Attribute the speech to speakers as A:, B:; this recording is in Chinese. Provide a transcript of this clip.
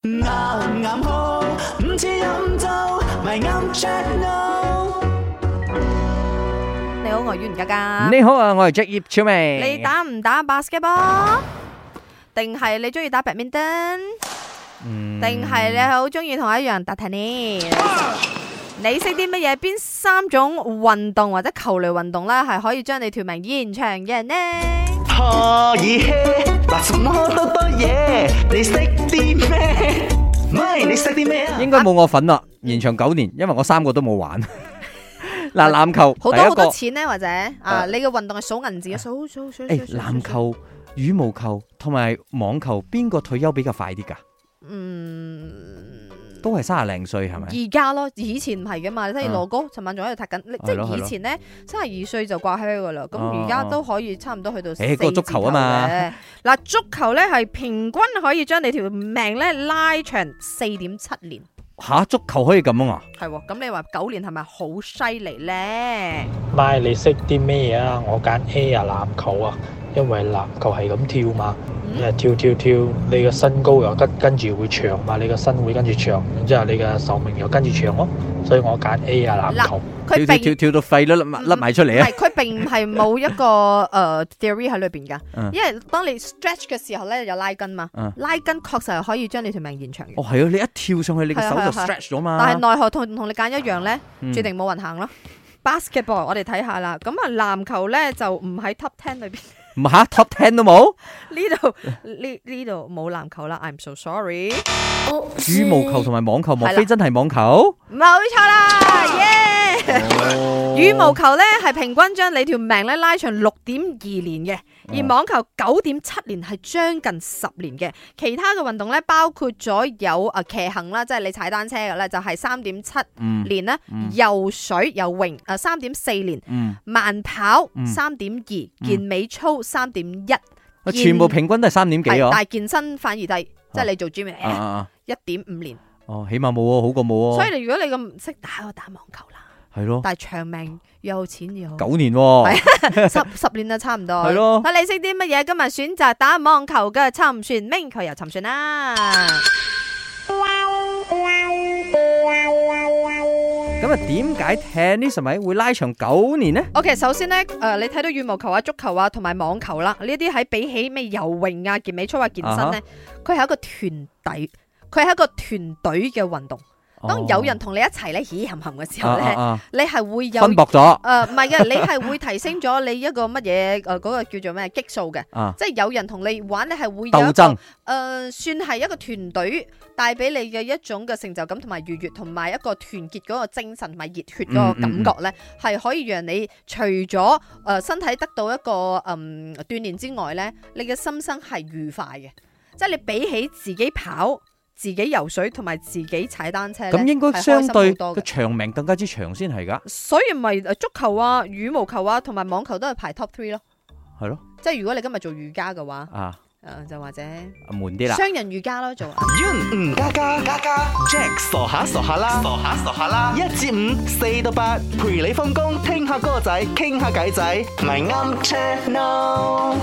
A: 啱啱好，唔似飲酒，咪啱 check no。
B: 你好，我係袁家家。
C: 你好啊，我係 Jack 葉超明。
B: 你打唔打 basketball？定係你中意打 badminton？
C: 嗯
B: 定係你好中意同我一樣打 tennis？你識啲乜嘢？邊三種運動或者球類運動咧，係可以將你條命延長嘅呢？
A: 可以嘿，嗱什麼多多嘢，你識啲咩？咪你識啲咩啊？
C: 應該冇我份啦，延長九年，因為我三個都冇玩。 嗱，籃球
B: 好
C: 第
B: 多
C: 一
B: 好多
C: 個，
B: 錢咧，或者啊，你嘅運動係數銀紙，數數數數。
C: 誒，
B: 數
C: 哎籃，球、羽毛球同埋網球，邊個退休比較快啲㗎？
B: 嗯。
C: 都係三廿零歲係咪？
B: 而家咯，以前唔係噶嘛，你睇
C: 嗯
B: 羅哥尋晚仲喺度踢緊，你即
C: 係咯
B: 係
C: 係
B: 以
C: 咯
B: 前咧三十二歲就掛靴噶啦，咁
C: 哦
B: 而家
C: 哦
B: 都可以差唔多去到四
C: 誒嗰個足球啊嘛
B: 字頭嘅。嗱，足球咧係平均可以將你條命咧拉長四點七年，
C: 吓，足球可以咁啊？
B: 係喎。咁你話九年係咪好犀利咧？
D: 咪你識啲咩啊？我揀 A 啊，籃球啊，因為籃球係咁跳嘛，
B: 嗯
D: 誒跳跳跳，你個身高又跟跟住會長嘛，你個身會跟住長，然之後你嘅壽命又跟住長咯，所以我揀 A 啊，籃球。
B: 佢
C: 跳跳
B: 並
C: 跳跳到肺都甩埋
B: 嗯
C: 甩埋出
B: 唔
C: 嚟啊！
B: 係佢並唔係冇一 個誒 theory 喺裏邊㗎，
C: 嗯
B: 因為當你 stretch 嘅時候咧有拉筋嘛
C: 嗯，
B: 拉筋確實係可以將你條命延長嘅。
C: 哦，係啊，你一跳上去，你個
B: 係啊
C: 手
B: 係啊
C: 就
B: 係啊
C: stretch 咗嘛。
B: 但係奈何同同你揀一樣咧，
C: 嗯
B: 注定冇運行咯。Basketball 我哋睇下啦，咁啊籃球咧就唔喺 top ten 裏邊，
C: 唔吓 top ten 都冇，
B: 呢度呢呢度冇籃球啦，I'm so sorry，
C: 羽毛球同埋網球，莫
B: 係啦
C: 非真係網球？
B: 冇錯啦，耶！
C: 哦
B: 羽毛球咧係平均將你條命咧拉長六點二年嘅，
C: 哦
B: 而網球九點七年係將近十年嘅。其他嘅運動咧包括咗有誒騎行啦，即係你踩單車嘅咧，就係三點七
C: 嗯
B: 年啦；游水、游泳誒三點四年。
C: 嗯，
B: 慢跑
C: 嗯
B: 三點二，健美操三點一，
C: 啊全部平均都係三點幾
B: 係
C: 啊！
B: 但係健身反而低，即係你做 gym
C: 啊哦啊啊
B: 一點五年。
C: 哦，起碼冇喎，好過冇
B: 所以
C: 喎，
B: 你如果你咁唔識打，我打網球啦。
C: 係咯，
B: 但係長命又有錢又好，
C: 哦九年喎，
B: 十十年就差唔多。
C: 係咯
B: 睇你識啲乜嘢？今日選擇打網球嘅沉船 Ming，佢又沉船啦。
C: 咁啊點解 tennis 咪會拉長九年呢？
B: OK，首先呢，誒、你睇到羽毛球啊、足球啊同埋網球啦，呢啲喺比起咩游泳啊、健美操啊、健身呢，佢係、一個團體，佢係一個團隊嘅運動。當有人同你一齊咧，咦含含嘅時候
C: 哦啊
B: 咧，
C: 啊啊
B: 你係會有
C: 分薄咗
B: 誒唔係嘅，你係會提升咗你一個乜嘢誒呃嗰個叫做咩激素嘅，
C: 啊，
B: 即係有人同你玩咧係會有
C: 鬥
B: 一個誒
C: 爭、
B: 呃算係一個團隊帶俾你嘅一種嘅成就感同埋愉悅，同埋一個團結嗰個精神同埋熱血嗰個
C: 嗯
B: 感覺咧，係、可以讓你除咗誒、呃身體得到一個嗯鍛鍊之外咧，你嘅心生係愉快嘅，即係你比起自己跑。自己游水同埋自己踩單車咧，
C: 咁應
B: 係
C: 該
B: 開
C: 相
B: 心好多
C: 對
B: 嘅
C: 個長命更加之長先係㗎，
B: 所以咪誒足球啊、羽毛球啊同埋網球都係排 top three 咯。
C: 係咯
B: 即係如果你今日做瑜伽嘅話，
C: 啊，
B: 誒、就或者
C: 悶啲啦。
B: 雙人瑜伽咯做。啊
A: 嗯，加加加加，Jack 傻下傻下啦，傻下傻下啦，一至五，四到八，陪你放工，聽下歌仔，傾下偈仔，咪啱 check no。